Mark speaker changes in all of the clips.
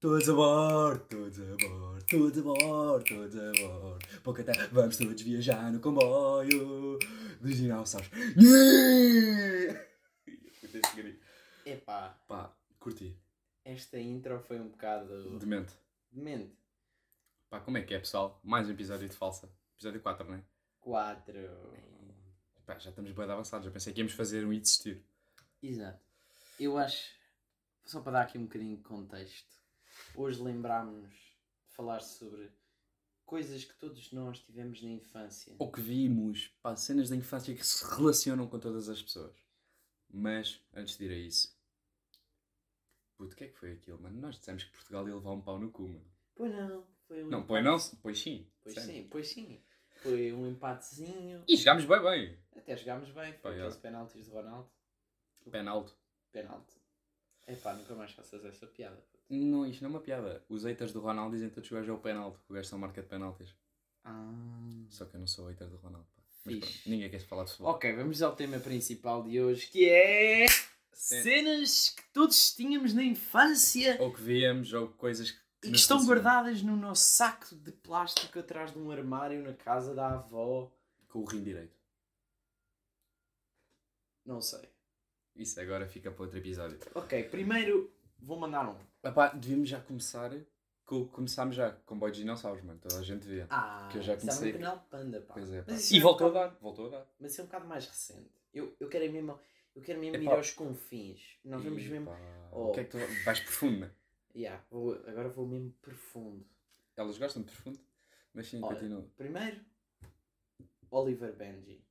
Speaker 1: Todos a bordo, todos a bordo, todos a bordo, todos a bordo. Para cantar, vamos todos viajar no comboio dos dinossauros. Yeah! Esse grito.
Speaker 2: Epá,
Speaker 1: Pá, curti.
Speaker 2: esta intro foi um bocado
Speaker 1: Demente.
Speaker 2: demente.
Speaker 1: Pá, como é que é, pessoal? Mais um episódio de falsa. Episódio 4, não é?
Speaker 2: 4.
Speaker 1: Pá, já estamos bem avançados. Já pensei que íamos fazer um e desistir.
Speaker 2: Exato. Eu acho, só para dar aqui um bocadinho de contexto, hoje lembrámos de falar sobre coisas que todos nós tivemos na infância.
Speaker 1: Ou que vimos, pá, cenas da infância que se relacionam com todas as pessoas. Mas, antes de ir a isso... Puto, o que é que foi aquilo, mano? Nós dissemos que Portugal ia levar um pau no cu, mano.
Speaker 2: Pois não. Foi um
Speaker 1: Não,
Speaker 2: empate.
Speaker 1: pois não, pois sim.
Speaker 2: Pois
Speaker 1: Sério.
Speaker 2: sim, pois sim. Foi um empatezinho.
Speaker 1: E chegámos bem, bem.
Speaker 2: Até jogámos bem,
Speaker 1: Pá,
Speaker 2: foi aqueles
Speaker 1: já.
Speaker 2: penaltis de Ronaldo.
Speaker 1: Penalto.
Speaker 2: Penalti. Epá, nunca mais faças essa piada. puto.
Speaker 1: Não, isto não é uma piada. Os haters do Ronaldo dizem que todos os gajos é o penalto, que o gajo só marca de penaltis.
Speaker 2: Ah.
Speaker 1: Só que eu não sou hater do Ronaldo. Pá. Mas
Speaker 2: Fixe.
Speaker 1: pronto, ninguém quer falar de futebol.
Speaker 2: Ok, vamos ao tema principal de hoje que é. Cenas que todos tínhamos na infância
Speaker 1: Ou que víamos, ou coisas que.
Speaker 2: e que
Speaker 1: nos
Speaker 2: estão
Speaker 1: relacionam.
Speaker 2: guardadas no nosso saco de plástico atrás de um armário na casa da avó.
Speaker 1: Com o rim direito.
Speaker 2: Não sei.
Speaker 1: Isso agora fica para outro episódio.
Speaker 2: Ok, primeiro vou mandar um.
Speaker 1: Epá, devíamos já começar. Com, começámos já com Boy de Dinossauros, mano. Toda a gente vê.
Speaker 2: Ah,
Speaker 1: Que eu já
Speaker 2: isso é um
Speaker 1: comecei.
Speaker 2: canal Panda, pá.
Speaker 1: pois é, pá.
Speaker 2: Mas isso
Speaker 1: E
Speaker 2: é um
Speaker 1: voltou a
Speaker 2: bocado-
Speaker 1: dar. Voltou a dar.
Speaker 2: Mas isso é um bocado mais recente. Eu, eu quero é mesmo, eu quero mesmo ir
Speaker 1: Epá.
Speaker 2: aos confins. Nós vamos
Speaker 1: E,
Speaker 2: mesmo.
Speaker 1: pá,
Speaker 2: Oh.
Speaker 1: O que é que tu. Vais profundo, né?
Speaker 2: Yeah, vou- agora vou mesmo profundo.
Speaker 1: Elas gostam de profundo. Mas sim,
Speaker 2: Olha.
Speaker 1: continua.
Speaker 2: Primeiro, Oliver Benji.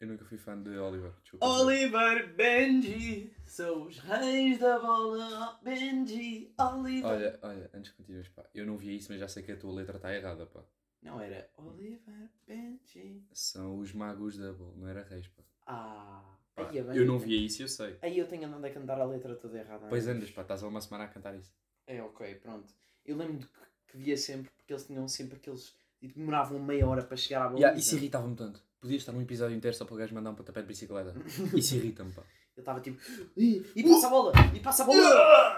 Speaker 1: Eu nunca fui fã de Oliver. Desculpa.
Speaker 2: Oliver Benji, são os reis da bola. Benji, Oliver.
Speaker 1: Olha, olha, antes que continues, pá, eu não vi isso, mas já sei que a tua letra está errada, pá.
Speaker 2: Não era Oliver Benji.
Speaker 1: São os magos da bola, não era reis, pá.
Speaker 2: Ah,
Speaker 1: Pá,
Speaker 2: aí é bem-
Speaker 1: eu não vi isso, eu sei.
Speaker 2: Aí eu tenho andado a cantar a letra toda errada.
Speaker 1: Pois
Speaker 2: antes.
Speaker 1: andas, pá, estás há uma semana a cantar isso.
Speaker 2: É, ok, pronto. Eu lembro de que, que via sempre, porque eles tinham sempre aqueles. E demoravam meia hora para chegar à baliza.
Speaker 1: Yeah, isso irritava-me tanto. Podias estar num episódio inteiro só para o gajo mandar um pontapé de bicicleta. Isso irrita-me, pá.
Speaker 2: Eu estava tipo. "Ih, E passa a bola! E passa a bola!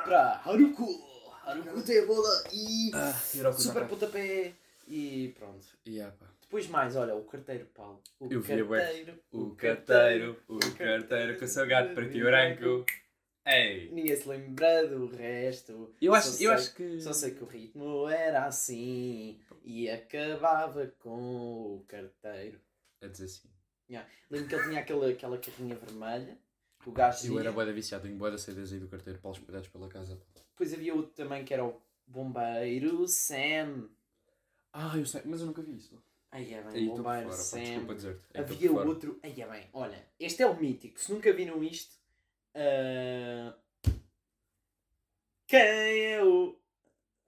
Speaker 2: Para Haruko! Haruko tem a bola! E.
Speaker 1: Ah,
Speaker 2: Super pontapé! E pronto.
Speaker 1: yeah, pá.
Speaker 2: Depois mais, olha, o carteiro, Paulo. O
Speaker 1: Eu vi a web.
Speaker 2: carteiro.
Speaker 1: O carteiro, o carteiro com o seu gato preto e branco. Ei!
Speaker 2: Ninguém se lembra do resto.
Speaker 1: Eu
Speaker 2: Só
Speaker 1: acho,
Speaker 2: sei-
Speaker 1: eu acho que.
Speaker 2: Só sei que o ritmo era assim e acabava com o carteiro.
Speaker 1: A dizer assim.
Speaker 2: Lembro que ele tinha aquela, aquela carrinha vermelha. que O gajo
Speaker 1: Eu
Speaker 2: ia.
Speaker 1: era boeda viciado, tenho boeda CDs aí do carteiro para os espalhados pela casa.
Speaker 2: Depois havia outro também que era o bombeiro Sam.
Speaker 1: Ah, eu sei, mas eu nunca vi isso.
Speaker 2: Ai é bem,
Speaker 1: Aí estou por fora,
Speaker 2: bombeiro
Speaker 1: pá,
Speaker 2: Sam.
Speaker 1: desculpa dizer-te. Aí estou
Speaker 2: Havia
Speaker 1: por fora.
Speaker 2: outro. Aí é bem, olha, este é o mítico. Se nunca viram isto. ah, Quem é o.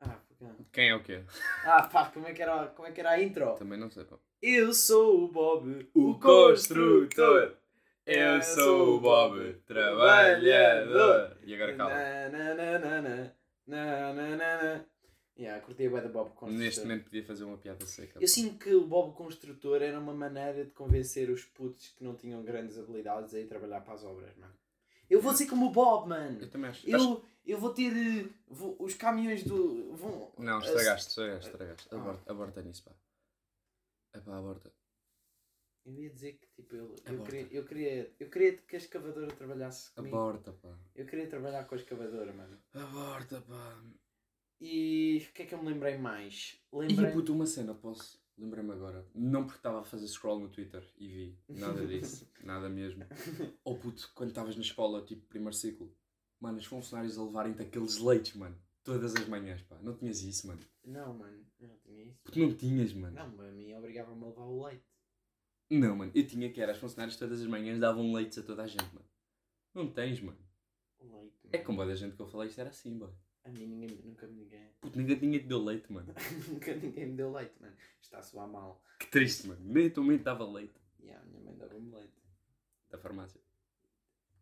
Speaker 2: Ah, porra.
Speaker 1: Quem é o quê?
Speaker 2: ah pá, como é, que era, como é que era a intro?
Speaker 1: Também não sei, pá.
Speaker 2: Eu sou o Bob, Eu sou o Bob, trabalhador.
Speaker 1: E agora cala.
Speaker 2: Na, na, na, na, na, na, na, na, na. Yeah, curti a bué da Bob Construtor.
Speaker 1: Neste momento então. podia fazer uma piada seca.
Speaker 2: Eu sinto que o Bob Construtor era uma maneira de convencer os putos que não tinham grandes habilidades a ir trabalhar para as obras, mano. Eu vou ser como o Bob, mano.
Speaker 1: Eu também acho. acho-
Speaker 2: Eu, eu vou ter. eh, vou- os caminhões do. Vão.
Speaker 1: Não, estragaste, estragaste, estragaste.
Speaker 2: Ah.
Speaker 1: Aborta, aborta nisso, pá. É pá, aborta.
Speaker 2: Eu ia dizer que tipo, eu, eu,
Speaker 1: Aborta.
Speaker 2: queria, eu, queria, eu queria que a escavadora
Speaker 1: É
Speaker 2: trabalhasse comigo.
Speaker 1: Aborta, pá.
Speaker 2: Eu queria trabalhar com a escavadora, mano.
Speaker 1: Aborta, pá.
Speaker 2: E o que é que eu me lembrei mais?
Speaker 1: E tipo,
Speaker 2: Lembrei.
Speaker 1: puto, uma cena, posso? Lembrei-me agora. Não porque estava a fazer scroll no Twitter e vi. Nada disso. nada mesmo. Ou puto, quando estavas na escola, tipo, primeiro ciclo. Mano, os funcionários a levarem-te aqueles leites, mano. Todas as manhãs, pá. Não tinhas isso, mano.
Speaker 2: Não, mano, eu não tinha isso.
Speaker 1: Porque não tinhas, mano. Não,
Speaker 2: Não, a mim obrigava-me a levar o leite.
Speaker 1: mano. Eu tinha que era. As funcionárias todas as manhãs davam leites a toda a gente, mano. Não tens, mano.
Speaker 2: O leite. Mano.
Speaker 1: É com boa da gente que eu falei, isto era assim, boy.
Speaker 2: A mim ninguém, nunca me ninguém.
Speaker 1: Puto, ninguém tinha te deu leite, mano.
Speaker 2: nunca ninguém me deu leite, mano. Está a soar mal.
Speaker 1: Que triste, mano. Nem a tua mãe te dava leite.
Speaker 2: E a minha mãe dava-me leite.
Speaker 1: Da farmácia.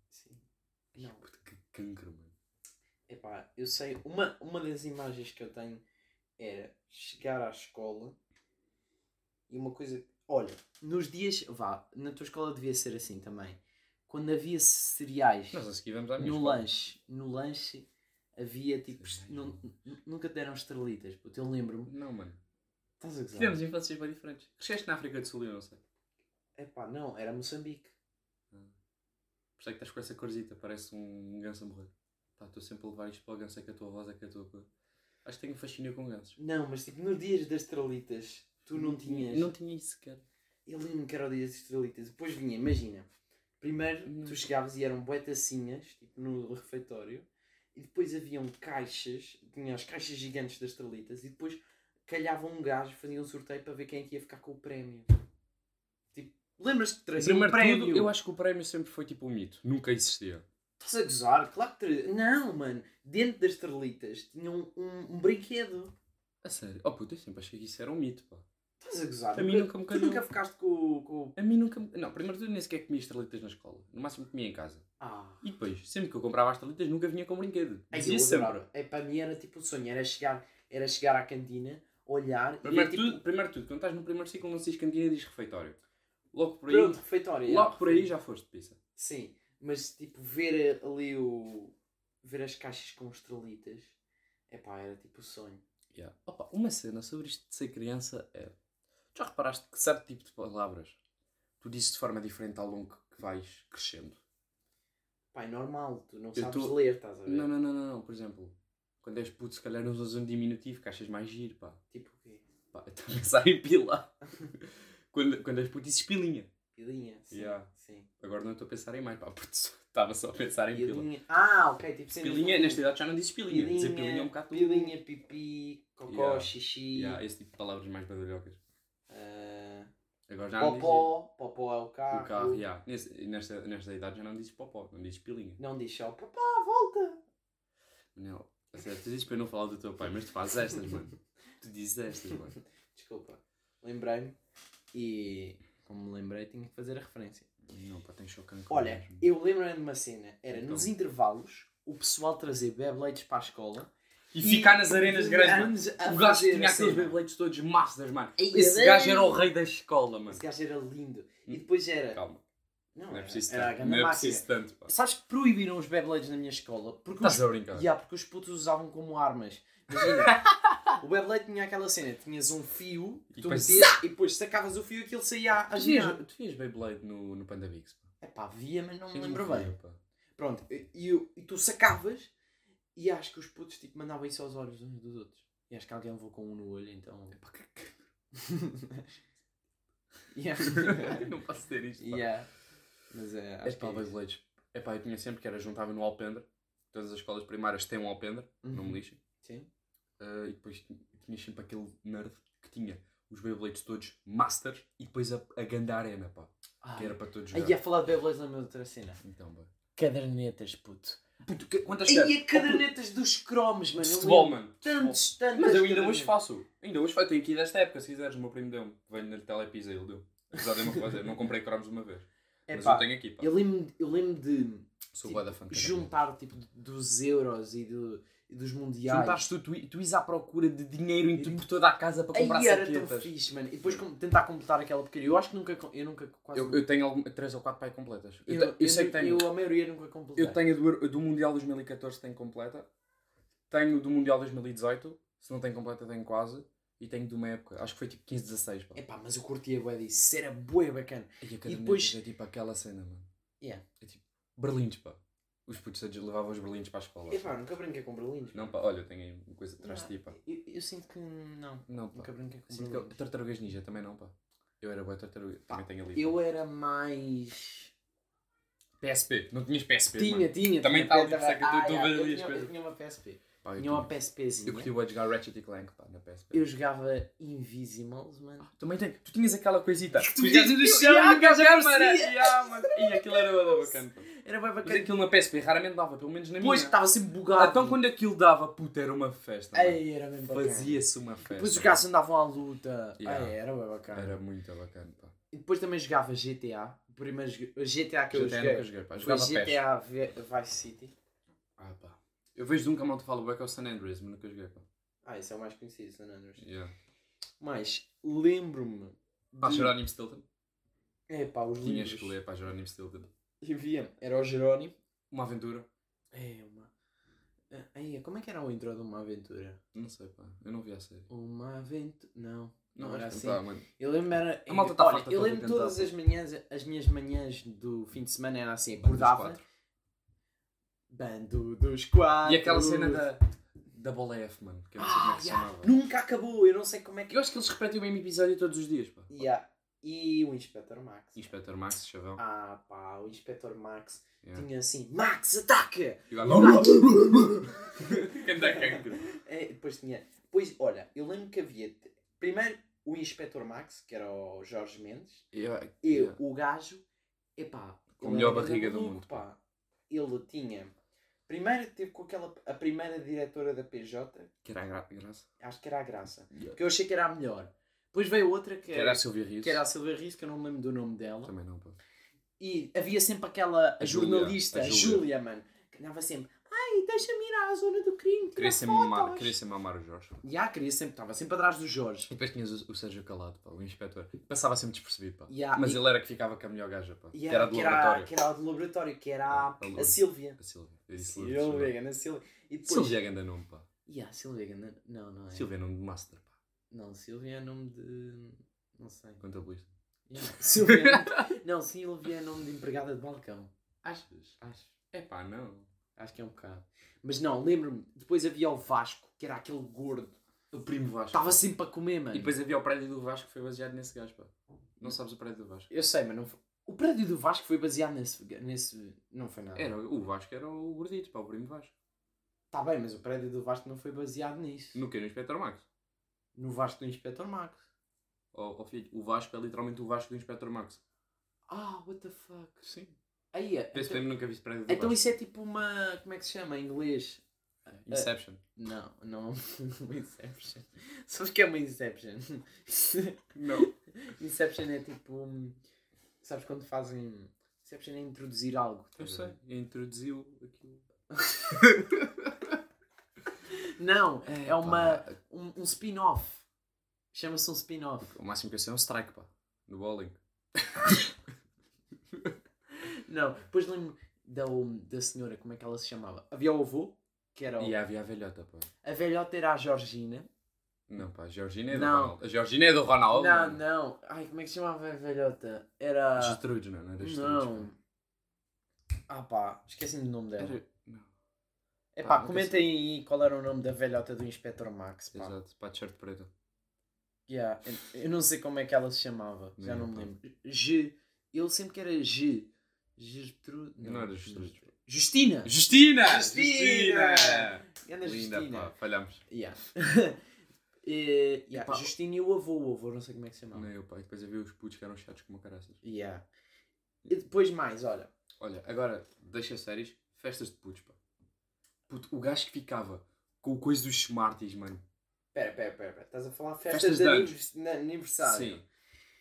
Speaker 2: Sim. Não.
Speaker 1: Puto, que cancro, mano.
Speaker 2: Epá, eu sei, uma, uma das imagens que eu tenho era chegar à escola e uma coisa. Olha, nos dias. Vá, na tua escola devia ser assim também. Quando havia cereais assim,
Speaker 1: Nós a seguir vamos à minha
Speaker 2: no
Speaker 1: escola.
Speaker 2: lanche, no lanche havia tipo.
Speaker 1: Sim.
Speaker 2: est- Não, n- nunca te deram estrelitas, puto. Eu lembro-me.
Speaker 1: Não, mano.
Speaker 2: Estás a
Speaker 1: Tivemos
Speaker 2: gozar?
Speaker 1: infâncias bem diferentes. Cresceste na África do Sul, eu não sei.
Speaker 2: Epá, não, era Moçambique.
Speaker 1: Por isso é que estás com essa corzita, parece um ganso a morrer. Pá, estou sempre a levar isto para o ganso, é que a tua voz, é que a tua cor. Acho que tenho um fascínio com gansos.
Speaker 2: Não, mas tipo, nos dias das estrelitas, tu não tinhas.
Speaker 1: Não tinha isso, cara.
Speaker 2: Eu lembro-me que era o dia das estrelitas. Depois vinha, imagina. Primeiro
Speaker 1: Não.
Speaker 2: tu chegavas e eram boetacinhas, tipo no refeitório, e depois haviam caixas, tinha as caixas gigantes das estrelitas, e depois calhava um gajo, fazia um sorteio para ver quem é que ia ficar com o prémio. Tipo, lembras-te de trazer um
Speaker 1: Primeiro
Speaker 2: prémio?
Speaker 1: tudo, eu acho que o prémio sempre foi tipo um mito. Nunca existia.
Speaker 2: Estás a gozar? Claro que tra... Não, mano. Dentro das estrelitas tinha um, um, um brinquedo.
Speaker 1: A sério. Oh puta, eu sempre achei que isso era um mito, pá.
Speaker 2: Estás a gozar?
Speaker 1: A mim nunca me
Speaker 2: tu
Speaker 1: calhou.
Speaker 2: nunca ficaste com, com...
Speaker 1: A mim nunca... me- Não, primeiro de tudo nem sequer comia estrelitas na escola. No máximo comia em casa.
Speaker 2: Ah...
Speaker 1: E depois, sempre que eu comprava as estrelitas nunca vinha com brinquedo.
Speaker 2: Ai,
Speaker 1: Dizia
Speaker 2: eu
Speaker 1: sempre.
Speaker 2: adorava. É, para mim era tipo o sonho, era chegar, era chegar à cantina, olhar e
Speaker 1: Primeiro,
Speaker 2: ver
Speaker 1: de
Speaker 2: tipo,
Speaker 1: tudo, primeiro de tudo, quando estás no primeiro ciclo não se diz cantina, diz refeitório. Logo por aí,
Speaker 2: pronto, refeitório.
Speaker 1: logo
Speaker 2: é.
Speaker 1: por aí já foste pizza.
Speaker 2: Sim, mas tipo ver ali o ver as caixas com estrelitas. Epá, era tipo o sonho.
Speaker 1: Yeah. Opa, uma cena sobre isto de ser criança é. Já reparaste que certo tipo de palavras tu dizes de forma diferente ao longo que vais crescendo?
Speaker 2: Pá, é normal, tu não
Speaker 1: Eu
Speaker 2: sabes
Speaker 1: tô-
Speaker 2: ler, estás a ver?
Speaker 1: Não, não, não, não, não. Por exemplo, quando és puto, se calhar não usas um diminutivo, que achas mais giro, pá.
Speaker 2: Tipo o quê?
Speaker 1: Pá, eu estou a pensar em pilar. quando, quando és puto, dizes pilinha.
Speaker 2: Pilinha, sim.
Speaker 1: Yeah.
Speaker 2: sim.
Speaker 1: Agora não estou a pensar em mais, pá, porque estava só a pensar em pila.
Speaker 2: Pilinha. Ah, ok, tipo sim,
Speaker 1: Pilinha,
Speaker 2: tipo,
Speaker 1: nesta idade já não dizes pilinha.
Speaker 2: pilinha,
Speaker 1: Dizer pilinha é um bocado.
Speaker 2: pilinha, pipi, cocó,
Speaker 1: Yeah.
Speaker 2: xixi,
Speaker 1: Yeah, esse tipo de palavras mais badalhocas.
Speaker 2: ah,
Speaker 1: Agora já não dizes.
Speaker 2: popó, popó é o carro.
Speaker 1: Ah, O carro, yeah. Nesse- nesta, nesta idade já não dizes popó, não dizes pilinha.
Speaker 2: Não diz só, papá, volta.
Speaker 1: Manel, a sério, tu dizes para eu não falar do teu pai, mas tu fazes estas, mano. Tu dizes estas, mano.
Speaker 2: Desculpa, lembrei-me e como me lembrei tinha que fazer a referência.
Speaker 1: Não, pá, tens chocante.
Speaker 2: Olha, eu lembro-me de uma cena, era
Speaker 1: Então.
Speaker 2: nos intervalos o pessoal trazer Beyblades para a escola
Speaker 1: E ficar nas arenas grandes, mano.
Speaker 2: antes a
Speaker 1: O gajo
Speaker 2: fazer
Speaker 1: tinha
Speaker 2: a cena.
Speaker 1: aqueles Beyblades todos massas, mano.
Speaker 2: Ei,
Speaker 1: Esse
Speaker 2: ei.
Speaker 1: gajo era o rei da escola, mano.
Speaker 2: Esse gajo era lindo. E depois era.
Speaker 1: Calma,
Speaker 2: Hum. Não,
Speaker 1: não é
Speaker 2: era,
Speaker 1: preciso
Speaker 2: era a
Speaker 1: tanto.
Speaker 2: grande
Speaker 1: Não é
Speaker 2: máquina.
Speaker 1: preciso tanto, pá.
Speaker 2: Sabes que proibiram os Beyblades na minha escola? Porque os
Speaker 1: Estás a brincar.
Speaker 2: Ya, porque os putos usavam como armas. Imagina, o Beyblade tinha aquela cena, tinhas um fio que
Speaker 1: E
Speaker 2: tu
Speaker 1: depois-
Speaker 2: metias e depois sacavas o fio e aquilo saía a
Speaker 1: Tu vias-
Speaker 2: girar.
Speaker 1: Tu vias Beyblade no, no Panda Vix, pá.
Speaker 2: Epá, via, mas não me
Speaker 1: Eu não
Speaker 2: lembro
Speaker 1: via,
Speaker 2: bem.
Speaker 1: pá.
Speaker 2: Pronto, e, e eu- e tu sacavas e acho que os putos tipo, mandavam isso aos olhos uns dos outros. E acho que alguém levou com um no olho, então...
Speaker 1: Epá, que- que-
Speaker 2: yeah.
Speaker 1: Eu não posso ter isto, pá.
Speaker 2: yeah. Mas é, acho
Speaker 1: Epá,
Speaker 2: que é isso.
Speaker 1: Beyblades. Epá, eu tinha sempre que era, juntava no alpendre. Todas as escolas primárias têm um alpendre, não me lixem.
Speaker 2: Uhum. Sim.
Speaker 1: Uh, e depois ti- tinha sempre aquele nerd que tinha os Beyblades todos Masters e depois a, a ganda arena, pá.
Speaker 2: Ah,
Speaker 1: Que era para todos
Speaker 2: Aí
Speaker 1: jogar.
Speaker 2: a falar de Beyblades na minha outra cena.
Speaker 1: Então, pá.
Speaker 2: Cadernetas, puto.
Speaker 1: Puto, que- quantas
Speaker 2: E
Speaker 1: queres?
Speaker 2: a cadernetas dos cromos,
Speaker 1: Oh, puto,
Speaker 2: mano. eu
Speaker 1: Futebol,
Speaker 2: lembro
Speaker 1: mano.
Speaker 2: Tantos, tantos.
Speaker 1: Mas eu ainda hoje faço. Ainda hoje faço. Tenho aqui desta época, se quiseres. O meu primo deu-me. Venho na telepisa ele deu. Apesar de eu não fazer. Não comprei cromos uma vez.
Speaker 2: É
Speaker 1: mas
Speaker 2: pá,
Speaker 1: eu tenho aqui, pá.
Speaker 2: eu lembro, eu lembro de
Speaker 1: Sou
Speaker 2: tipo,
Speaker 1: bué da fã. de um. cadernetas.
Speaker 2: juntar tipo dos euros e, do, e dos mundiais.
Speaker 1: Juntaste tu, tu, i- tu ires à procura de dinheiro em tu- por toda a casa para comprar
Speaker 2: Aí era tão
Speaker 1: saquetas.
Speaker 2: fixe, mano. E depois com- tentar completar aquela porcaria. Eu acho que nunca. com- Eu nunca quase.
Speaker 1: Eu, eu tenho algum, três ou quatro pai completas. Eu,
Speaker 2: eu-
Speaker 1: te- eu
Speaker 2: eu
Speaker 1: sei
Speaker 2: nu-
Speaker 1: que tenho.
Speaker 2: eu, a maioria nunca completei.
Speaker 1: Eu tenho a do, a do Mundial 2014, tenho completa. Tenho do Mundial 2018, se não tenho completa, tenho quase. E tenho de uma época, acho que foi tipo 15, 16. Pá.
Speaker 2: Epá, mas eu curtia bué disso. Isso era bué bacana.
Speaker 1: E a caderneta
Speaker 2: depois-
Speaker 1: é tipo aquela cena, mano.
Speaker 2: Yeah.
Speaker 1: É tipo, berlindes, pá. Os putos todos levavam os berlindes para a escola.
Speaker 2: Epá, nunca brinquei com berlindes.
Speaker 1: Não, pá, olha, eu tenho aí uma coisa atrás de ti, pá.
Speaker 2: Eu, eu sinto que não.
Speaker 1: Não, pá.
Speaker 2: Nunca brinquei com
Speaker 1: Sinto que eu-
Speaker 2: berlindes.
Speaker 1: tartarugas ninja também não, pá. Eu era boa tartaruga,
Speaker 2: Pá,
Speaker 1: também tenho ali.
Speaker 2: Eu
Speaker 1: pá.
Speaker 2: era mais.
Speaker 1: PSP, não tinhas PSP,
Speaker 2: Tinha,
Speaker 1: mano.
Speaker 2: tinha.
Speaker 1: Também
Speaker 2: tinha,
Speaker 1: tá ali,
Speaker 2: tinha,
Speaker 1: por isso é que eu tô-
Speaker 2: ah,
Speaker 1: tô a ver
Speaker 2: yeah,
Speaker 1: ali
Speaker 2: eu
Speaker 1: as
Speaker 2: tinha-
Speaker 1: coisas.
Speaker 2: Eu tinha uma PSP.
Speaker 1: Pá, eu,
Speaker 2: Tinha uma
Speaker 1: tinha.
Speaker 2: PSPzinha.
Speaker 1: eu curti o jogar Ratchet e Clank, pá, na PSP.
Speaker 2: Eu jogava Invisimals, mano.
Speaker 1: Também tem. Tu tinhas aquela coisita.
Speaker 2: Tu
Speaker 1: os
Speaker 2: tinhas-
Speaker 1: gajos no
Speaker 2: eu-
Speaker 1: chão
Speaker 2: yeah,
Speaker 1: e o gajo
Speaker 2: eu
Speaker 1: para.
Speaker 2: percebi.
Speaker 1: Yeah, mano. E aquilo era bué da bacana. pá.
Speaker 2: Era bem
Speaker 1: Mas é aquilo na PSP raramente dava, pelo menos na
Speaker 2: Depois
Speaker 1: minha.
Speaker 2: estava sempre bugado.
Speaker 1: é. Então quando aquilo dava, puta, era uma festa. mano.
Speaker 2: Ei, era bem bacana.
Speaker 1: Fazia-se uma festa.
Speaker 2: Depois os gajos andavam à luta.
Speaker 1: Yeah.
Speaker 2: Ei, era bem bacana.
Speaker 1: Era muito bacana, pá.
Speaker 2: E depois também jogava GTA. O primeiro jo- o GTA que eu
Speaker 1: GTA nunca
Speaker 2: joguei.
Speaker 1: joguei, pá.
Speaker 2: Foi
Speaker 1: Jogava PES.
Speaker 2: GTA V- Vice City.
Speaker 1: Ah, pá. Eu vejo de um que a malta fala bué que é o San Andreas, mas nunca joguei, pá.
Speaker 2: Ah, esse é o mais conhecido, San Andreas.
Speaker 1: Yeah.
Speaker 2: Mas lembro-me.
Speaker 1: Pá, Jerónimo Stilton.
Speaker 2: É pá, os
Speaker 1: Tinhas
Speaker 2: livros.
Speaker 1: que ler, pá, Jerónimo Stilton.
Speaker 2: E via Era o Jerónimo.
Speaker 1: Uma aventura.
Speaker 2: É uma. Ah, Aí, como é que era o intro de uma aventura?
Speaker 1: Não sei, pá. Eu não vi a série.
Speaker 2: Uma aventura. Não.
Speaker 1: Não,
Speaker 2: Não,
Speaker 1: mas
Speaker 2: era
Speaker 1: tentar, mano.
Speaker 2: Eu lembro era.
Speaker 1: A malta tá
Speaker 2: Olha,
Speaker 1: farta
Speaker 2: eu
Speaker 1: toda de
Speaker 2: lembro
Speaker 1: tentar,
Speaker 2: todas
Speaker 1: pá.
Speaker 2: as manhãs, as minhas manhãs do fim de semana era assim,
Speaker 1: Bando dos
Speaker 2: acordava.
Speaker 1: quatro.
Speaker 2: Bando dos quatro.
Speaker 1: E aquela cena da, da bola F, mano. Que eu não sei como é
Speaker 2: Ah,
Speaker 1: que se
Speaker 2: yeah.
Speaker 1: chamava.
Speaker 2: Nunca acabou, eu não sei como é que.
Speaker 1: Eu acho que eles repetem o mesmo episódio todos os dias, pá.
Speaker 2: Yeah. E o Inspector Max.
Speaker 1: Inspector Max, chavão.
Speaker 2: Ah pá, o Inspector Max
Speaker 1: Yeah.
Speaker 2: tinha assim: Max, ataca!
Speaker 1: E o gajo- Ganda cancro.
Speaker 2: É, depois tinha. Pois, olha, eu lembro que havia. Primeiro o Inspector Max, que era o Jorge Mendes.
Speaker 1: Yeah,
Speaker 2: E
Speaker 1: yeah.
Speaker 2: o gajo, epá,
Speaker 1: Com a
Speaker 2: ele
Speaker 1: melhor
Speaker 2: era
Speaker 1: barriga do
Speaker 2: maluco,
Speaker 1: mundo, pá.
Speaker 2: Pá. Ele tinha. Primeiro teve com aquela. A primeira diretora da PJ,
Speaker 1: Que era a gra- graça.
Speaker 2: acho que era a Graça,
Speaker 1: Yeah.
Speaker 2: que eu achei que era a melhor. Depois veio outra
Speaker 1: Que
Speaker 2: que,
Speaker 1: era a Silvia Rios.
Speaker 2: que era a Silvia Riz, que eu não me lembro do nome dela.
Speaker 1: Também não, pá.
Speaker 2: E havia sempre aquela. A,
Speaker 1: A Júlia,
Speaker 2: jornalista,
Speaker 1: a
Speaker 2: a
Speaker 1: Júlia.
Speaker 2: Júlia, mano, que andava sempre. Ai, deixa-me ir à zona do crime, tirar
Speaker 1: Queria sempre
Speaker 2: fotos."
Speaker 1: mamar, queria sempre mamar o Jorge.
Speaker 2: E ah, queria sempre, estava sempre atrás do Jorge.
Speaker 1: E depois tinhas o, o Sérgio Calado, pá, o inspetor. Passava sempre despercebido, pá.
Speaker 2: Yeah,
Speaker 1: Mas
Speaker 2: e-
Speaker 1: ele era que ficava com a melhor gaja, pá.
Speaker 2: E
Speaker 1: que era do laboratório.
Speaker 2: Que era a do laboratório, que era a,
Speaker 1: Ah, a
Speaker 2: a
Speaker 1: Lourdes.
Speaker 2: Silvia.
Speaker 1: A Silvia. Eu disse Lourdes,
Speaker 2: Silvia,
Speaker 1: não.
Speaker 2: grande Silvia. E depois.
Speaker 1: Silvia é grande nome, pá.
Speaker 2: E a Silvia, grande- não, não é.
Speaker 1: Silvia é nome de master, pá.
Speaker 2: Não, Silvia é nome de. Não sei.
Speaker 1: Contabilista.
Speaker 2: Yeah. Silvia é nome- Não, Silvia é nome de empregada de balcão.
Speaker 1: Achas?
Speaker 2: Acho.
Speaker 1: É pá, não.
Speaker 2: Acho que é um bocado. Mas não, lembro-me, depois havia o Vasco, que era aquele gordo.
Speaker 1: O primo Vasco.
Speaker 2: Estava
Speaker 1: pá.
Speaker 2: sempre a comer, mano.
Speaker 1: E depois havia o prédio do Vasco que foi baseado nesse gajo, pá. Não sabes o prédio do Vasco.
Speaker 2: Eu sei, mas não foi. O prédio do Vasco foi baseado nesse. nesse... Não foi nada.
Speaker 1: Era, o Vasco era o gordito, pá, o primo Vasco.
Speaker 2: Tá bem, mas o prédio do Vasco não foi baseado nisso.
Speaker 1: No que? No Inspector Max.
Speaker 2: No Vasco do Inspector Max.
Speaker 1: Oh, oh, filho, o Vasco é literalmente o Vasco do Inspector Max.
Speaker 2: Ah, what the fuck.
Speaker 1: Sim.
Speaker 2: Aí,
Speaker 1: Desse
Speaker 2: então,
Speaker 1: tempo nunca vi prédio do
Speaker 2: então
Speaker 1: Vasco.
Speaker 2: isso é tipo uma. Como é que se chama em inglês?
Speaker 1: Inception.
Speaker 2: Não, não é uma Inception. Sabes o que é uma Inception?
Speaker 1: Não.
Speaker 2: Inception é tipo. hum, Sabes quando fazem. Inception é introduzir algo.
Speaker 1: Eu
Speaker 2: estás a
Speaker 1: sei.
Speaker 2: ver?
Speaker 1: Introduziu aquilo.
Speaker 2: Não, é,
Speaker 1: É, pá.
Speaker 2: uma, um, um spin-off. Chama-se um spin-off.
Speaker 1: O máximo que eu sei é um strike, pá. No bowling.
Speaker 2: Não, depois lembro da, da senhora, como é que ela se chamava? Havia o avô, que era o,
Speaker 1: E havia a velhota, pá.
Speaker 2: a velhota era a Georgina.
Speaker 1: Não, pá, a Georgina é do
Speaker 2: Não.
Speaker 1: Ronaldo. A Georgina é do Ronaldo.
Speaker 2: não,
Speaker 1: mano.
Speaker 2: não. Ai, como é que se chamava a velhota? Era.
Speaker 1: Gertrudes, não, não era Gertrudes.
Speaker 2: Não.
Speaker 1: pá.
Speaker 2: Ah pá, esqueci do nome dela.
Speaker 1: Era... Não.
Speaker 2: É
Speaker 1: Pá,
Speaker 2: pá,
Speaker 1: nunca
Speaker 2: comentem aí qual era o nome da velhota do Inspector Max, pá.
Speaker 1: Exato, pá, de shirt preto.
Speaker 2: Yeah, eu- Eu não sei como é que ela se chamava, já
Speaker 1: Nem
Speaker 2: não
Speaker 1: eu,
Speaker 2: me
Speaker 1: pá.
Speaker 2: lembro. G. Eu sempre que era G. Gertrude.
Speaker 1: Não, era Gertrudes. pá.
Speaker 2: Justina!
Speaker 1: Justina!
Speaker 2: Justina! Ana
Speaker 1: Linda,
Speaker 2: Justina.
Speaker 1: pá, falhamos.
Speaker 2: Yeah. Eh, yeah,
Speaker 1: Epá.
Speaker 2: Justina e o avô, o avô, não sei como é que se chamava.
Speaker 1: Não, eu, pá, e depois havia os putos que eram chatos como caraças.
Speaker 2: Yeah. E depois mais, olha.
Speaker 1: Olha, agora, deixa séries, festas de putos, pá. Puto, o gajo que ficava com o coisa dos Smarties, mano.
Speaker 2: Pera, pera, pera, pera. Estás a falar
Speaker 1: Festas
Speaker 2: festas, de
Speaker 1: de
Speaker 2: anivers- na- aniversário.
Speaker 1: Sim.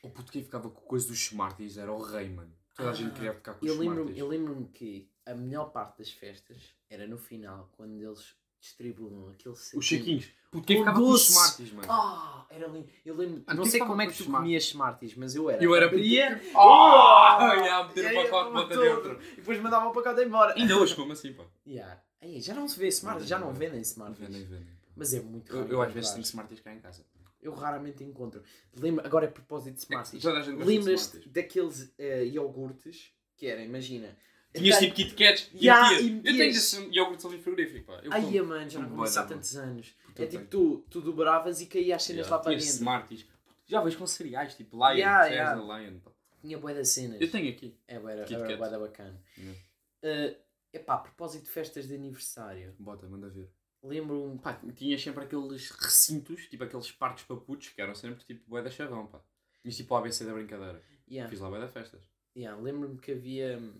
Speaker 1: O puto que ficava com o coisa dos Smarties era o rei, mano. Toda a
Speaker 2: Ah,
Speaker 1: gente queria ficar com os
Speaker 2: Eu
Speaker 1: Smarties.
Speaker 2: lembro-me eu lembro-me que a melhor parte das festas era no final, quando eles distribuíam aquele saquinho.
Speaker 1: Os chiquinhos. Puto, quem
Speaker 2: assim, Com
Speaker 1: ficava com os
Speaker 2: doce.
Speaker 1: Smarties, mano?
Speaker 2: Ah, era lindo. Eu lembro.
Speaker 1: Ah,
Speaker 2: não
Speaker 1: quem
Speaker 2: sei
Speaker 1: tava
Speaker 2: como é
Speaker 1: com
Speaker 2: que tu
Speaker 1: Smart?
Speaker 2: comias Smarties, mas eu era.
Speaker 1: Eu era
Speaker 2: Abria-
Speaker 1: Oh! Oh!
Speaker 2: Oh!
Speaker 1: Ia meter
Speaker 2: E aí
Speaker 1: o pacote
Speaker 2: eu
Speaker 1: bota
Speaker 2: todo.
Speaker 1: dentro.
Speaker 2: E depois mandava o pacote embora.
Speaker 1: Ainda hoje como assim, pá.
Speaker 2: Yeah. Aí, já não se vê Smarties, já não vendem Smarties.
Speaker 1: Vendem, vendem. pá.
Speaker 2: Mas é muito
Speaker 1: Eu,
Speaker 2: raro.
Speaker 1: eu às vezes tenho
Speaker 2: encontrar.
Speaker 1: Smarties cá em casa.
Speaker 2: Eu raramente encontro. Lembra, agora a propósito de
Speaker 1: É
Speaker 2: Smarties.
Speaker 1: Toda a gente gosta de
Speaker 2: Lembras-te
Speaker 1: Smarties.
Speaker 2: daqueles eh, iogurtes que era, imagina.
Speaker 1: Tinhas
Speaker 2: Tá-
Speaker 1: tipo Kit Kats e
Speaker 2: Ya,
Speaker 1: metias.
Speaker 2: e
Speaker 1: Eu tenho
Speaker 2: metias.
Speaker 1: esse iogurte ali frigorífico, pá. Eu como.
Speaker 2: Ai, mano, já não
Speaker 1: Como
Speaker 2: comi isso há
Speaker 1: banana.
Speaker 2: tantos anos.
Speaker 1: Puta,
Speaker 2: É
Speaker 1: eu
Speaker 2: tipo,
Speaker 1: tenho.
Speaker 2: tu, tu dobravas e caía as cenas lá
Speaker 1: Ya,
Speaker 2: para
Speaker 1: tinhas
Speaker 2: dentro.
Speaker 1: Smarties. Já vejo com cereais, tipo Lion,
Speaker 2: Ya,
Speaker 1: cereais
Speaker 2: ya.
Speaker 1: da Lion, pá.
Speaker 2: Tinha bué das cenas.
Speaker 1: Eu tenho aqui.
Speaker 2: É, bué, era
Speaker 1: Kit
Speaker 2: era
Speaker 1: Kat.
Speaker 2: bué da bacana.
Speaker 1: Yeah.
Speaker 2: Eh, epá, a propósito de festas de aniversário.
Speaker 1: Bota, manda ver.
Speaker 2: Lembro-me...
Speaker 1: Pá, tinhas sempre aqueles recintos, tipo aqueles parques paputos, que eram sempre tipo bué da chavão, pá. Tinhas tipo o ABC da brincadeira.
Speaker 2: Yeah,
Speaker 1: Fiz lá bué da festas.
Speaker 2: yeah, lembro-me que havia... hum,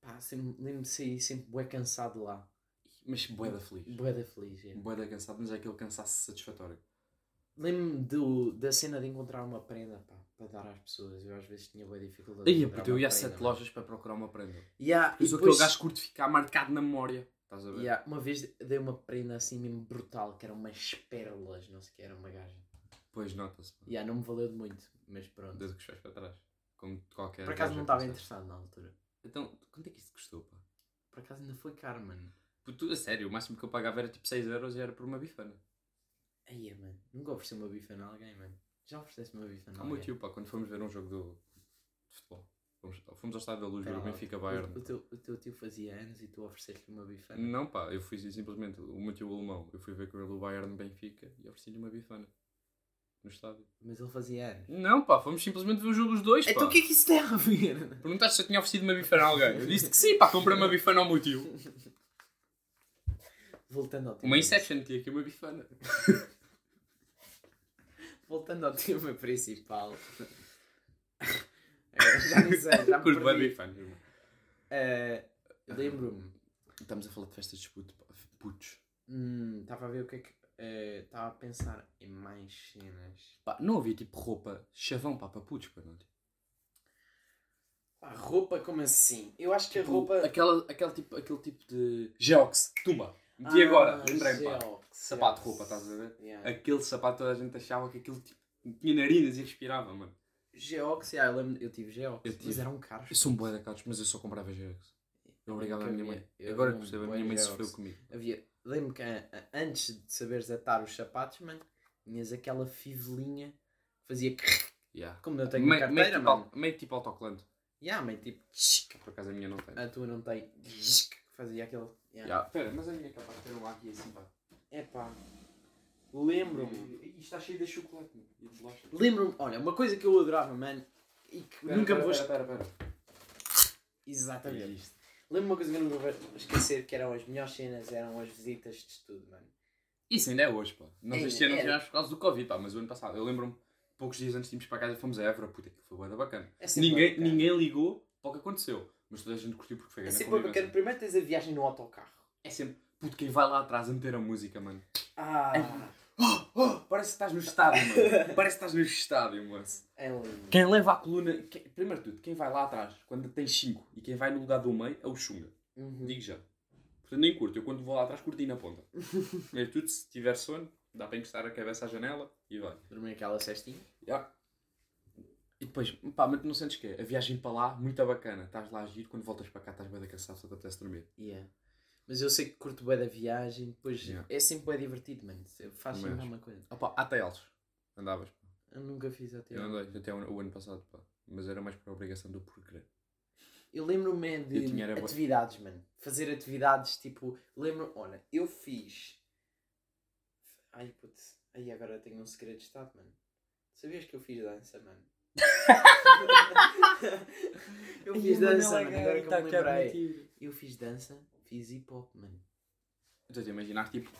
Speaker 2: Pá, sempre- lembro-me de sair sempre bué cansado lá.
Speaker 1: Mas bué da feliz.
Speaker 2: Bué da feliz, yeah.
Speaker 1: Bué da cansado, mas é aquele cansaço satisfatório.
Speaker 2: Lembro-me do- da cena de encontrar uma prenda pá, para dar às pessoas. Eu às vezes tinha boa dificuldade.
Speaker 1: Aí,
Speaker 2: em encontrar
Speaker 1: puto, eu
Speaker 2: uma
Speaker 1: ia a
Speaker 2: prenda,
Speaker 1: sete
Speaker 2: mano.
Speaker 1: lojas para procurar uma prenda.
Speaker 2: Yeah, e
Speaker 1: Mas
Speaker 2: depois,
Speaker 1: aquele gajo curto ficar marcado na memória. Estás a ver?
Speaker 2: yeah, uma vez dei uma prenda assim mesmo brutal, que eram umas pérolas, não sei o que, era uma gaja.
Speaker 1: Pois nota-se. pá.
Speaker 2: Yeah, não me valeu de muito, mas pronto.
Speaker 1: Desde que os pés para trás. Como qualquer.
Speaker 2: Por acaso
Speaker 1: gajo
Speaker 2: não
Speaker 1: a
Speaker 2: estava
Speaker 1: pensar.
Speaker 2: interessado na altura.
Speaker 1: Então, quanto é que isso te custou, pá?
Speaker 2: Por acaso ainda foi caro, mano.
Speaker 1: Puto, a sério, o máximo que eu pagava era tipo 6€ euros e era por uma bifana.
Speaker 2: Aí, mano. Nunca ofereci uma bifa a alguém, mano. Já ofereceste uma bifa a
Speaker 1: Há
Speaker 2: alguém?
Speaker 1: o meu tio, pá, quando fomos ver um jogo do de futebol. Fomos, fomos ao estádio da luz, ver
Speaker 2: Espera
Speaker 1: o
Speaker 2: lá,
Speaker 1: Benfica
Speaker 2: o-
Speaker 1: Bayern. Hum.
Speaker 2: O teu, o teu tio fazia anos e tu ofereceste-lhe uma bifana.
Speaker 1: Não, pá, eu fui simplesmente, o meu tio alemão, eu fui ver com ele o Bayern Benfica e ofereci-lhe uma bifana. No estádio.
Speaker 2: Mas ele fazia anos.
Speaker 1: Não, pá, fomos simplesmente ver o jogo dos dois, pá.
Speaker 2: Então o que é que isso tem a ver?
Speaker 1: Perguntaste se eu tinha oferecido uma bifana a alguém. Eu disse que sim, pá, comprei uma bifana ao meu tio.
Speaker 2: Voltando ao tema.
Speaker 1: Uma Inception tinha aqui uma bifana.
Speaker 2: Voltando ao tema principal. Agora já não sei, já me
Speaker 1: Curva
Speaker 2: perdi.
Speaker 1: bifanas, mano.
Speaker 2: Eh, Lembro-me.
Speaker 1: Estamos a falar de festas de puto, pá. putos.
Speaker 2: hum, Estava a ver o que é que... eh, Estava a pensar em mais cenas.
Speaker 1: Pá, não havia tipo roupa, chavão, pá, para putos, pá, não? tipo,
Speaker 2: Pá, roupa como assim? Eu acho que a
Speaker 1: Tipo,
Speaker 2: roupa...
Speaker 1: Aquela, aquele, tipo, aquele tipo de. Geox, tumba. De
Speaker 2: Ah,
Speaker 1: agora, lembrei-me, pá.
Speaker 2: gel,
Speaker 1: Sapato de
Speaker 2: gel.
Speaker 1: roupa, estás a ver?
Speaker 2: Yeah.
Speaker 1: Aquele sapato toda a gente achava que aquilo tipo, tinha narinas e respirava, mano.
Speaker 2: Geox, yeah, eu, lembro, eu tive Geox,
Speaker 1: Eu
Speaker 2: mas
Speaker 1: tive.
Speaker 2: eram caros.
Speaker 1: Eu sou um boi da Catos, mas eu só comprava Geox. Eu obrigava a
Speaker 2: nunca
Speaker 1: minha
Speaker 2: vi-
Speaker 1: mãe.
Speaker 2: eu
Speaker 1: Agora que
Speaker 2: era um
Speaker 1: percebo, a
Speaker 2: bué
Speaker 1: minha mãe
Speaker 2: Geox.
Speaker 1: sofreu comigo.
Speaker 2: Havia, lembro que a- a- antes de saberes atar os sapatos, mano, tinhas aquela fivelinha que fazia crrr,
Speaker 1: Yeah.
Speaker 2: como eu tenho
Speaker 1: Meio,
Speaker 2: uma
Speaker 1: meio
Speaker 2: carteira,
Speaker 1: tipo,
Speaker 2: mano.
Speaker 1: al- meio tipo autocolante.
Speaker 2: Yeah, mas tipo, tchic,
Speaker 1: Por acaso a minha não tem.
Speaker 2: a tua não tem, tchic, fazia aquele. Yeah.
Speaker 1: Yeah. Pera, mas a minha é capaz de ter um aqui assim, pá.
Speaker 2: Epá, lembro-me,
Speaker 1: E está cheio de chocolate, mano. E de bolachas.
Speaker 2: lembro-me, olha, uma coisa que eu adorava, mano, e que
Speaker 1: Pera,
Speaker 2: nunca
Speaker 1: pera,
Speaker 2: me
Speaker 1: pera,
Speaker 2: vou esquecer.
Speaker 1: pera, pera.
Speaker 2: Exatamente.
Speaker 1: Olha
Speaker 2: Lembro-me uma coisa que eu nunca vou esquecer, que eram as melhores cenas, eram as visitas de estudo, mano.
Speaker 1: Isso ainda é hoje, pá. Nós
Speaker 2: Ainda
Speaker 1: este ano não
Speaker 2: era.
Speaker 1: tivemos por causa do Covid, pá, mas o ano passado, eu lembro-me, poucos dias antes de irmos para casa, fomos a Évora, puta, que foi bué da bacana. Assim
Speaker 2: É sempre
Speaker 1: Ninguém,
Speaker 2: bacana.
Speaker 1: ninguém ligou para o que aconteceu, mas toda a gente curtiu porque foi
Speaker 2: É
Speaker 1: grande
Speaker 2: sempre
Speaker 1: convivência.
Speaker 2: bacana. Primeiro tens a viagem no autocarro.
Speaker 1: É sempre, puto, quem vai lá atrás a meter a música, mano.
Speaker 2: Ah,
Speaker 1: Oh, oh, parece que estás no estádio, mano. Parece que estás no estádio, moço.
Speaker 2: é lindo.
Speaker 1: Quem leva a coluna, quem- primeiro de tudo, quem vai lá atrás, quando tens 5, e quem vai no lugar do meio é o Xunga.
Speaker 2: Uhum.
Speaker 1: Digo já. Portanto, nem curto. Eu quando vou lá atrás, curto e na ponta. Primeiro de tudo, se tiver sono, dá para encostar a cabeça à janela e vai.
Speaker 2: Dormi aquela cestinha.
Speaker 1: Ya. E depois, pá, mas tu não sentes que é? A viagem para lá, muito bacana. Estás lá a giro, quando voltas para cá estás bem da cansado, só te apetece dormir.
Speaker 2: Yeah. Mas eu sei que curto bem da viagem, depois
Speaker 1: Yeah.
Speaker 2: é sempre bem divertido, mano. Eu
Speaker 1: Também
Speaker 2: faço sempre
Speaker 1: acho.
Speaker 2: alguma coisa.
Speaker 1: Ah pá, até eles. Andavas. pá.
Speaker 2: Eu nunca fiz até.
Speaker 1: Eu
Speaker 2: Eu,
Speaker 1: andei até o, o ano passado, pá. Mas era mais por obrigação do porquê.
Speaker 2: eu lembro-me é
Speaker 1: Eu
Speaker 2: de
Speaker 1: tinha era bué-
Speaker 2: atividades, mano. Fazer atividades tipo. Lembro, olha, eu fiz. Ai putz, aí agora eu tenho um segredo de estado, mano. Sabias que eu fiz dança, mano? eu fiz
Speaker 1: é
Speaker 2: dança, mano, agora
Speaker 1: tá
Speaker 2: que eu me lembrei. Eu fiz dança, fiz hip hop, mano.
Speaker 1: Estou a imaginar, tipo,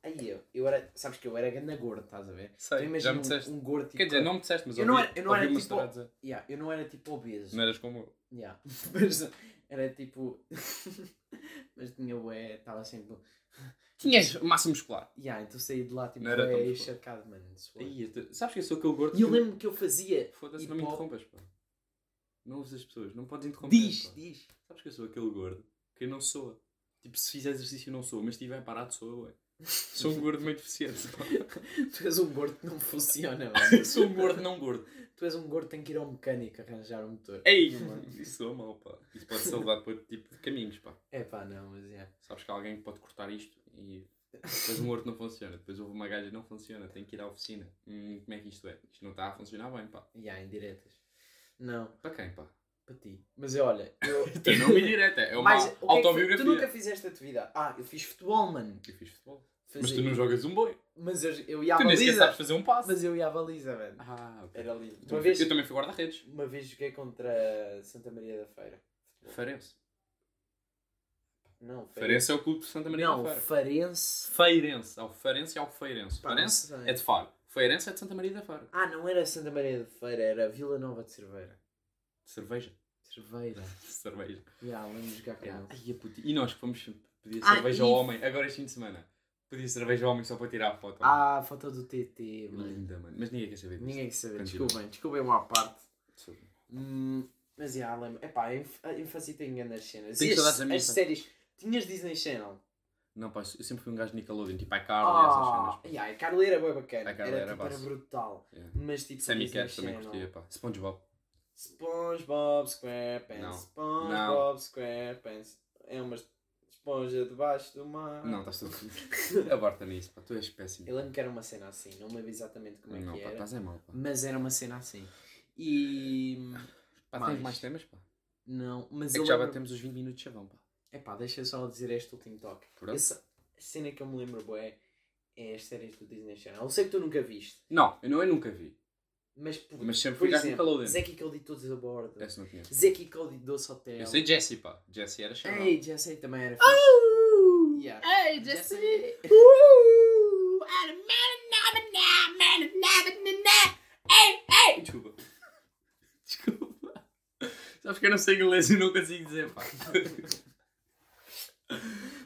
Speaker 2: Aí eu, eu era, sabes que eu era ganda gordo, estás a ver?
Speaker 1: sei,
Speaker 2: Então
Speaker 1: já
Speaker 2: imagina
Speaker 1: me
Speaker 2: um-
Speaker 1: disseste.
Speaker 2: um, gordo tipo.
Speaker 1: Quer dizer, não me disseste, mas
Speaker 2: Eu
Speaker 1: eu
Speaker 2: não
Speaker 1: ouvi,
Speaker 2: era- eu não era
Speaker 1: ouvi uma
Speaker 2: tipo-
Speaker 1: história a dizer.
Speaker 2: Yeah, eu não era tipo obeso.
Speaker 1: Não eras como eu.
Speaker 2: Yeah. Mas era tipo. Mas tinha bué, estava sempre.
Speaker 1: Tinhas massa muscular.
Speaker 2: Yeah, então saí de lá tipo
Speaker 1: Não era tão
Speaker 2: bué
Speaker 1: pessoal.
Speaker 2: encharcado, mano. de suor.
Speaker 1: Aí, tu- sabes que eu sou aquele gordo
Speaker 2: E eu
Speaker 1: que-
Speaker 2: lembro que eu fazia.
Speaker 1: Foda-se, não me
Speaker 2: Hip-hop.
Speaker 1: interrompas, pá. Não ouves as pessoas, não podes interromper.
Speaker 2: Diz,
Speaker 1: pá.
Speaker 2: diz.
Speaker 1: Sabes que eu sou aquele gordo que não soa. Tipo, se fizer exercício não sou, mas se estiver parado sou ué. Sou um gordo meio deficiente. pá.
Speaker 2: Tu és um gordo que não funciona, mano.
Speaker 1: sou um gordo não gordo.
Speaker 2: Tu és um gordo que tem que ir ao mecânico arranjar um motor.
Speaker 1: Ei, mano, isso é mau, pá. Isso pode ser levado para outro tipo de caminhos, pá.
Speaker 2: É pá, não, mas yeah.
Speaker 1: Sabes que há alguém que pode cortar isto e depois um gordo não funciona. Depois houve uma gaja não funciona, tem que ir à oficina. Hum, como é que isto é? Isto não está a funcionar bem, pá.
Speaker 2: Yeah, indiretas. Não,
Speaker 1: Para quem, pá?
Speaker 2: para ti. Mas olha, eu.
Speaker 1: Então não me direta, é uma
Speaker 2: Mas o que é que foi?
Speaker 1: autobiografia.
Speaker 2: Tu nunca fizeste atividade. Ah, eu fiz futebol, mano.
Speaker 1: Eu fiz futebol. Mas
Speaker 2: Fazia-
Speaker 1: tu não jogas um boi.
Speaker 2: Mas eu, eu ia à
Speaker 1: tu nem sequer
Speaker 2: baliza.
Speaker 1: sabes fazer um passo.
Speaker 2: Mas eu ia à baliza, mano.
Speaker 1: Ah, ok.
Speaker 2: Era lindo.
Speaker 1: Eu
Speaker 2: Uma
Speaker 1: também-
Speaker 2: vez,
Speaker 1: Eu também fui guarda-redes.
Speaker 2: uma vez joguei contra Santa Maria da Feira.
Speaker 1: Farense.
Speaker 2: Não, Feirense.
Speaker 1: Farense é o clube de Santa Maria
Speaker 2: Não,
Speaker 1: da Feira.
Speaker 2: Farense.
Speaker 1: Feirense. Ao Farense e ao Feirense.
Speaker 2: Pá, não
Speaker 1: Farense
Speaker 2: sei.
Speaker 1: é de Faro. Feirense é de Santa Maria da Feira.
Speaker 2: Ah, não era Santa Maria da Feira, era Vila Nova de Cerveira.
Speaker 1: Cerveja.
Speaker 2: Cerveira.
Speaker 1: Cerveja.
Speaker 2: Já, vamos jogar com eles.
Speaker 1: Ai, é puti- E nós que fomos pedir
Speaker 2: Ah,
Speaker 1: cerveja
Speaker 2: e-
Speaker 1: ao homem, agora este fim de semana. Pedir cerveja ao homem só para tirar a foto.
Speaker 2: Ah, foto do TT, mano.
Speaker 1: linda, mano. Mas ninguém quer saber disso.
Speaker 2: Ninguém quer saber.
Speaker 1: Continua.
Speaker 2: Desculpem, desculpem uma parte. Hum, mas já, lembro. Epá, ênfase tem grandes cenas.
Speaker 1: Tenho
Speaker 2: E as-
Speaker 1: saudades da minha
Speaker 2: As
Speaker 1: infância.
Speaker 2: séries. Tinhas Disney Channel?
Speaker 1: Não, pá, eu sempre fui um gajo de Nickelodeon, tipo iCarly e essas
Speaker 2: Ah,
Speaker 1: cenas.
Speaker 2: yeah, a Carla era bem bacana.
Speaker 1: A Carla
Speaker 2: Era,
Speaker 1: era
Speaker 2: tipo, era
Speaker 1: base.
Speaker 2: brutal.
Speaker 1: Yeah.
Speaker 2: Mas tipo,
Speaker 1: Sammy
Speaker 2: Disney
Speaker 1: Cat também
Speaker 2: Channel.
Speaker 1: curtia, pá. SpongeBob.
Speaker 2: SpongeBob
Speaker 1: Não.
Speaker 2: SquarePants.
Speaker 1: Não.
Speaker 2: SpongeBob SquarePants. É umas. esponja debaixo do mar.
Speaker 1: Não, estás tudo. Aborta nisso, pá, tu és péssimo.
Speaker 2: Ah. Eu lembro que era uma cena assim, não me lembro exatamente como é
Speaker 1: não,
Speaker 2: que
Speaker 1: pá,
Speaker 2: era.
Speaker 1: estás é mal, pá.
Speaker 2: Mas era uma cena assim. E.
Speaker 1: Pá,
Speaker 2: Mais.
Speaker 1: tens mais temas, pá.
Speaker 2: Não, mas
Speaker 1: É
Speaker 2: eu
Speaker 1: que já
Speaker 2: lembro-
Speaker 1: batemos os 20 minutos de chavão, pá.
Speaker 2: Epá, deixa só eu dizer este último toque.
Speaker 1: Pronto.
Speaker 2: Essa cena que eu me lembro bué é as séries do Disney Channel. Eu sei que tu nunca viste,
Speaker 1: Não, eu, não, eu nunca vi.
Speaker 2: mas por,
Speaker 1: Mas sempre
Speaker 2: por
Speaker 1: ficaste com calor
Speaker 2: exemplo,
Speaker 1: dentro.
Speaker 2: Zack e Cody todos a bordo.
Speaker 1: Essa é não conheço.
Speaker 2: Zack e Cody doce hotel.
Speaker 1: Eu sei Jesse, pá. Jesse era chavão.
Speaker 2: Ei, Jesse também era
Speaker 1: Ah!
Speaker 2: fixe. Yeah.
Speaker 3: Hey,
Speaker 2: Jesse.
Speaker 3: Ooh, I'm a man, I'm a man, Hey, hey.
Speaker 1: Desculpa. Desculpa. Sabes que eu não sei inglês e não consigo dizer, pá.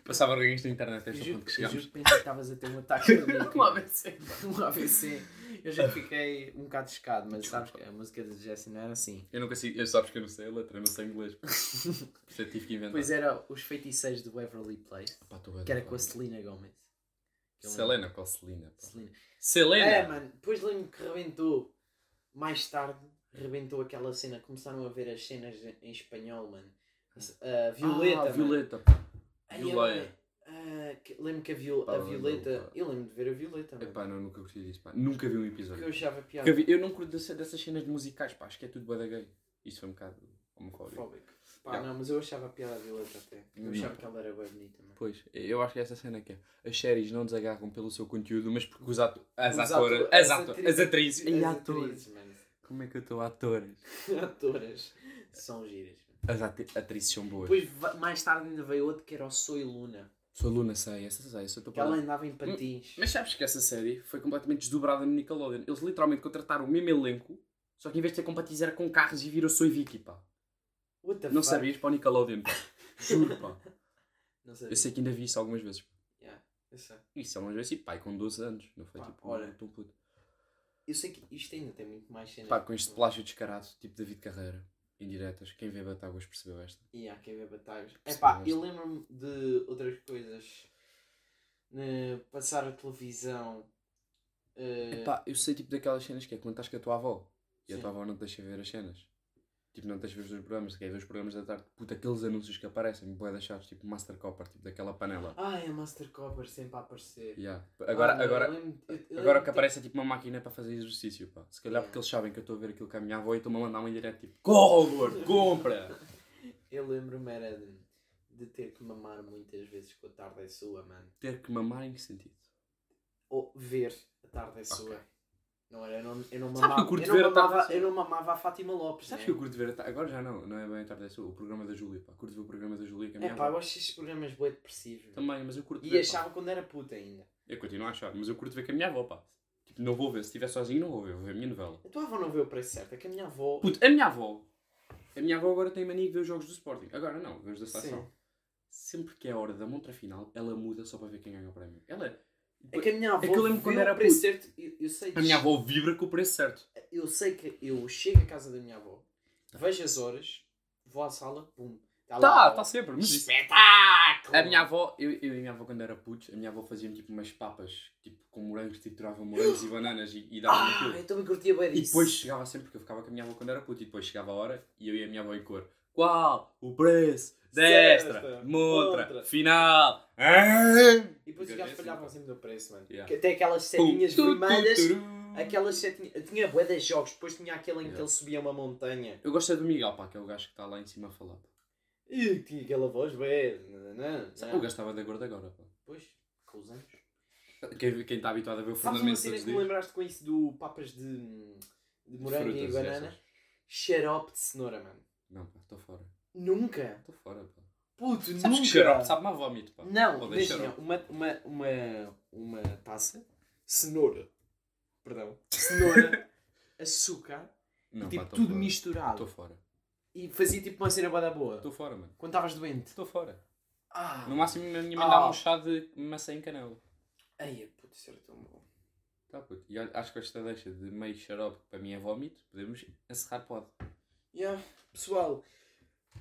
Speaker 1: Passava reguinhos na internet
Speaker 2: Eu
Speaker 1: este ponto
Speaker 2: juro
Speaker 1: que
Speaker 2: que eu juro
Speaker 1: chegámos.
Speaker 2: que pensei que estavas a ter um ataque cardíaco.
Speaker 1: Um AVC.
Speaker 2: Um AVC. Eu já fiquei um bocado chocado, mas sabes que a música de Jesse não era assim.
Speaker 1: Eu não consigo, eu sabes que eu não sei a letra, eu não sei inglês. pá. Por isso eu tive que inventar.
Speaker 2: Pois era Os Feiticeiros do Beverly Place,
Speaker 1: Pá, tu és
Speaker 2: que era
Speaker 1: um
Speaker 2: com a
Speaker 1: pá.
Speaker 2: Selena Gomez. Que eu lembro.
Speaker 1: Selena, com a Selena. pá.
Speaker 2: Selena.
Speaker 1: Selena!
Speaker 2: É, mano, depois lembro que rebentou. Mais tarde, rebentou aquela cena. Começaram a ver as cenas em espanhol, mano. A Violeta.
Speaker 1: Ah,
Speaker 2: mano.
Speaker 1: Violeta.
Speaker 2: Ai,
Speaker 1: Violeta.
Speaker 2: mano, ah, que- lembro que a, Viol-
Speaker 1: Pá,
Speaker 2: a
Speaker 1: lembro,
Speaker 2: Violeta.
Speaker 1: pá. É
Speaker 2: Eu lembro de ver a Violeta, mano.
Speaker 1: Epá, não, nunca gostei disso, pá. Nunca vi um
Speaker 2: Porque
Speaker 1: episódio.
Speaker 2: eu achava piada.
Speaker 1: Nunca vi- Eu não curto dessa- dessas cenas de musicais, pá. Acho que é tudo bué da gay. Isso foi um bocado homofóbico.
Speaker 2: Fóbico. Pá,
Speaker 1: Yeah. Uhum.
Speaker 2: não, mas eu achava a piada a Violeta até. Eu
Speaker 1: Não.
Speaker 2: achava que ela era bem bonita, mano.
Speaker 1: Pois, eu acho que é essa cena que é. As séries não desagarram pelo seu conteúdo, mas porque os ato as
Speaker 2: Os
Speaker 1: atoras,
Speaker 2: ato-
Speaker 1: as,
Speaker 2: as
Speaker 1: ato
Speaker 2: atri-
Speaker 1: as atrizes e
Speaker 2: As
Speaker 1: atores.
Speaker 2: atrizes, mano.
Speaker 1: Como é que eu estou atores?
Speaker 2: Atoras. São giras. mano.
Speaker 1: As ati- atrizes são boas.
Speaker 2: Depois, va- mais tarde ainda veio outro que era o Soy Luna.
Speaker 1: Sou Luna, sei, essa sei, essa estou
Speaker 2: Que ela andava em patins.
Speaker 1: é- Hum, Mas sabes que essa série foi completamente desdobrada no Nickelodeon. Eles literalmente contrataram o mesmo elenco, só que em vez de ser compatíveis era com carros e virou Soy Vicky, pá.
Speaker 2: What the
Speaker 1: Não
Speaker 2: fuck?
Speaker 1: sabias para o Nickelodeon, pá. Juro, pá.
Speaker 2: Não sabia.
Speaker 1: Eu sei que ainda vi isso algumas vezes. Tipo,
Speaker 2: Yeah, eu sei.
Speaker 1: Isso algumas vezes, e pai, com 12 anos. Não foi
Speaker 2: Pá,
Speaker 1: tipo,
Speaker 2: olha. é.
Speaker 1: tão puto.
Speaker 2: Eu sei que isto ainda tem muito mais cenas.
Speaker 1: Pá, com este plágio descarado, tipo David Carreira, indiretas. Quem vê Batáguas percebeu esta.
Speaker 2: E há que haver batalhas.
Speaker 1: Sim,
Speaker 2: É pá,
Speaker 1: mas-
Speaker 2: eu lembro-me de outras coisas. Na- passar a televisão. eh,
Speaker 1: Epá, eu sei tipo daquelas cenas que é quando estás com a tua avó e a
Speaker 2: Sim.
Speaker 1: tua avó não te deixa ver as cenas. Tipo, não te deixa ver os teus programas, quer ver os programas da tarde. Puta, aqueles anúncios que aparecem, boé deixados, tipo Master Copper, tipo daquela panela.
Speaker 2: Ai, Ah, é a Master Copper sempre a aparecer.
Speaker 1: Yeah. Agora,
Speaker 2: Ah, não, eu
Speaker 1: agora,
Speaker 2: lembro- eu- eu
Speaker 1: agora
Speaker 2: lembro
Speaker 1: que aparece é tipo uma máquina para fazer exercício, pá. Se
Speaker 2: É.
Speaker 1: calhar porque eles sabem que eu estou a ver aquilo com a minha avó e estão-me a mandar um indireto tipo Corre, gordo, compra!
Speaker 2: Eu lembro-me era de, de ter que mamar muitas vezes com a tarde é sua, mano.
Speaker 1: Ter que mamar em que sentido?
Speaker 2: Ou ver a tarde é sua. Não era, eu não, eu não
Speaker 1: Sabes que eu
Speaker 2: mamava.
Speaker 1: curto
Speaker 2: eu, não
Speaker 1: ver a Tarde é
Speaker 2: mamava
Speaker 1: Sua?
Speaker 2: eu não mamava a Fátima Lopes.
Speaker 1: Sabes
Speaker 2: né?
Speaker 1: que eu curto ver a ta- Agora já não, não é bem a tarde é sua, o programa da Júlia, pá. Curto ver o programa da Júlia com a minha
Speaker 2: É pá, eu
Speaker 1: avó.
Speaker 2: acho estes programas boi depressivos. meu.
Speaker 1: Também, mas eu um- curto
Speaker 2: E
Speaker 1: ver. pá.
Speaker 2: achava quando era puta ainda.
Speaker 1: Eu continuo a achar, mas eu curto ver com a minha avó, pá. Tipo, não vou ver, se estiver sozinho não vou ver, vou ver a minha novela.
Speaker 2: A tua avó não vê o preço certo, é que a minha avó.
Speaker 1: Puto, a minha avó. A minha avó agora tem mania de ver os jogos do Sporting. Agora não, vê os da seleção.
Speaker 2: Sim.
Speaker 1: Sempre que é a hora da montra final, ela muda só para ver quem ganha o prémio. Ela.
Speaker 2: É que a minha avó.
Speaker 1: que eu lembro
Speaker 2: vê
Speaker 1: quando
Speaker 2: o
Speaker 1: era
Speaker 2: preço
Speaker 1: puto.
Speaker 2: certo, eu, eu sei
Speaker 1: A minha avó vibra com o preço certo.
Speaker 2: Eu sei que eu chego à casa da minha avó, vejo as horas, vou à sala, pum. Tá,
Speaker 1: Tá,
Speaker 2: ó.
Speaker 1: tá sempre, mas isso.
Speaker 2: Espetáculo!
Speaker 1: A minha avó, eu, eu e a minha avó quando era putos, a minha avó fazia-me tipo umas papas, tipo com morangos, triturava morangos e bananas e, e dava-me
Speaker 2: Ah,
Speaker 1: aquilo.
Speaker 2: eu também curtia bem
Speaker 1: E
Speaker 2: disso.
Speaker 1: depois chegava sempre, porque eu ficava com a minha avó quando era puto, e depois chegava a hora e eu e a minha avó em cor. Qual o preço destra,
Speaker 2: Sexta,
Speaker 1: montra,
Speaker 2: montra.
Speaker 1: final? Ah!
Speaker 2: E depois os
Speaker 1: Fica
Speaker 2: gajos
Speaker 1: assim,
Speaker 2: falhavam
Speaker 1: pá.
Speaker 2: sempre no preço, mano.
Speaker 1: Yeah.
Speaker 2: Que Até aquelas setinhas vermelhas. Aquelas setinhas. Tinha bué de jogos, depois tinha aquele em
Speaker 1: Yeah.
Speaker 2: que ele subia uma montanha.
Speaker 1: Eu gosto é do Miguel, pá, que é o gajo que está lá em cima a falar. pá.
Speaker 2: E tinha aquela voz, bué. Não,
Speaker 1: Sabe, o gajo estava da gorda agora, pá.
Speaker 2: Depois, com os anos.
Speaker 1: Quem quem está habituado a ver o
Speaker 2: Sabes uma
Speaker 1: fundamento
Speaker 2: cena
Speaker 1: todos os
Speaker 2: que me
Speaker 1: dias.
Speaker 2: lembraste com isso do papas de, de morango
Speaker 1: Frutas
Speaker 2: e banana?
Speaker 1: essas.
Speaker 2: Xarope de cenoura, mano.
Speaker 1: Não, pá, estou fora.
Speaker 2: Nunca.
Speaker 1: Estou fora, pá.
Speaker 2: Puto,
Speaker 1: Sabes
Speaker 2: nunca.
Speaker 1: que xarope sabe-me a vómito, pá.
Speaker 2: Não,
Speaker 1: Odeio
Speaker 2: imagina,
Speaker 1: xarope.
Speaker 2: uma, uma, uma, uma taça, cenoura, perdão, cenoura, açúcar,
Speaker 1: Não,
Speaker 2: e
Speaker 1: pá,
Speaker 2: tipo
Speaker 1: tô
Speaker 2: tudo
Speaker 1: fora.
Speaker 2: misturado.
Speaker 1: Estou fora.
Speaker 2: E fazia tipo uma cena bué da boa.
Speaker 1: Estou fora, mano.
Speaker 2: Quando estavas doente.
Speaker 1: Estou fora.
Speaker 2: Ah,
Speaker 1: No máximo, a minha mãe
Speaker 2: Ah.
Speaker 1: dá um chá de maçã em canela.
Speaker 2: Ai, puto, isso era tão bom.
Speaker 1: Tá, puto. E olha, acho que esta deixa de meio xarope que para mim é vómito, podemos encerrar pode.
Speaker 2: Yeah, pessoal,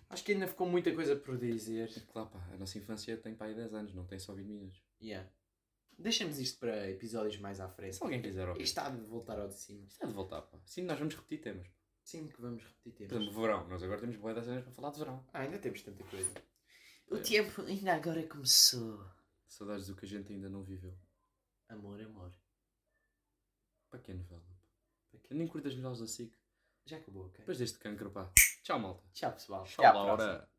Speaker 2: acho que ainda ficou muita coisa por dizer.
Speaker 1: Claro, pá, a nossa infância tem para aí 10 anos, não tem só 20 minutos.
Speaker 2: Yeah. Deixamos isto para episódios mais à frente.
Speaker 1: Se alguém quiser
Speaker 2: Isto
Speaker 1: ouvir,
Speaker 2: está de voltar ao de cima.
Speaker 1: isto é de voltar, pá. Sim, nós vamos repetir temas.
Speaker 2: Sim, que vamos repetir
Speaker 1: Por
Speaker 2: temas.
Speaker 1: exemplo, verão. Nós agora temos boas cenas para falar de verão.
Speaker 2: Ah, ainda temos tanta coisa. O tempo ainda agora começou.
Speaker 1: Saudades do que a gente ainda não viveu.
Speaker 2: Amor, amor.
Speaker 1: Para que novela? Eu nem curto as novelas da SIC.
Speaker 2: Já acabou, ok?
Speaker 1: Depois deste cancro, pá. Tchau, malta.
Speaker 2: Tchau, pessoal.
Speaker 1: Tchau, Laura.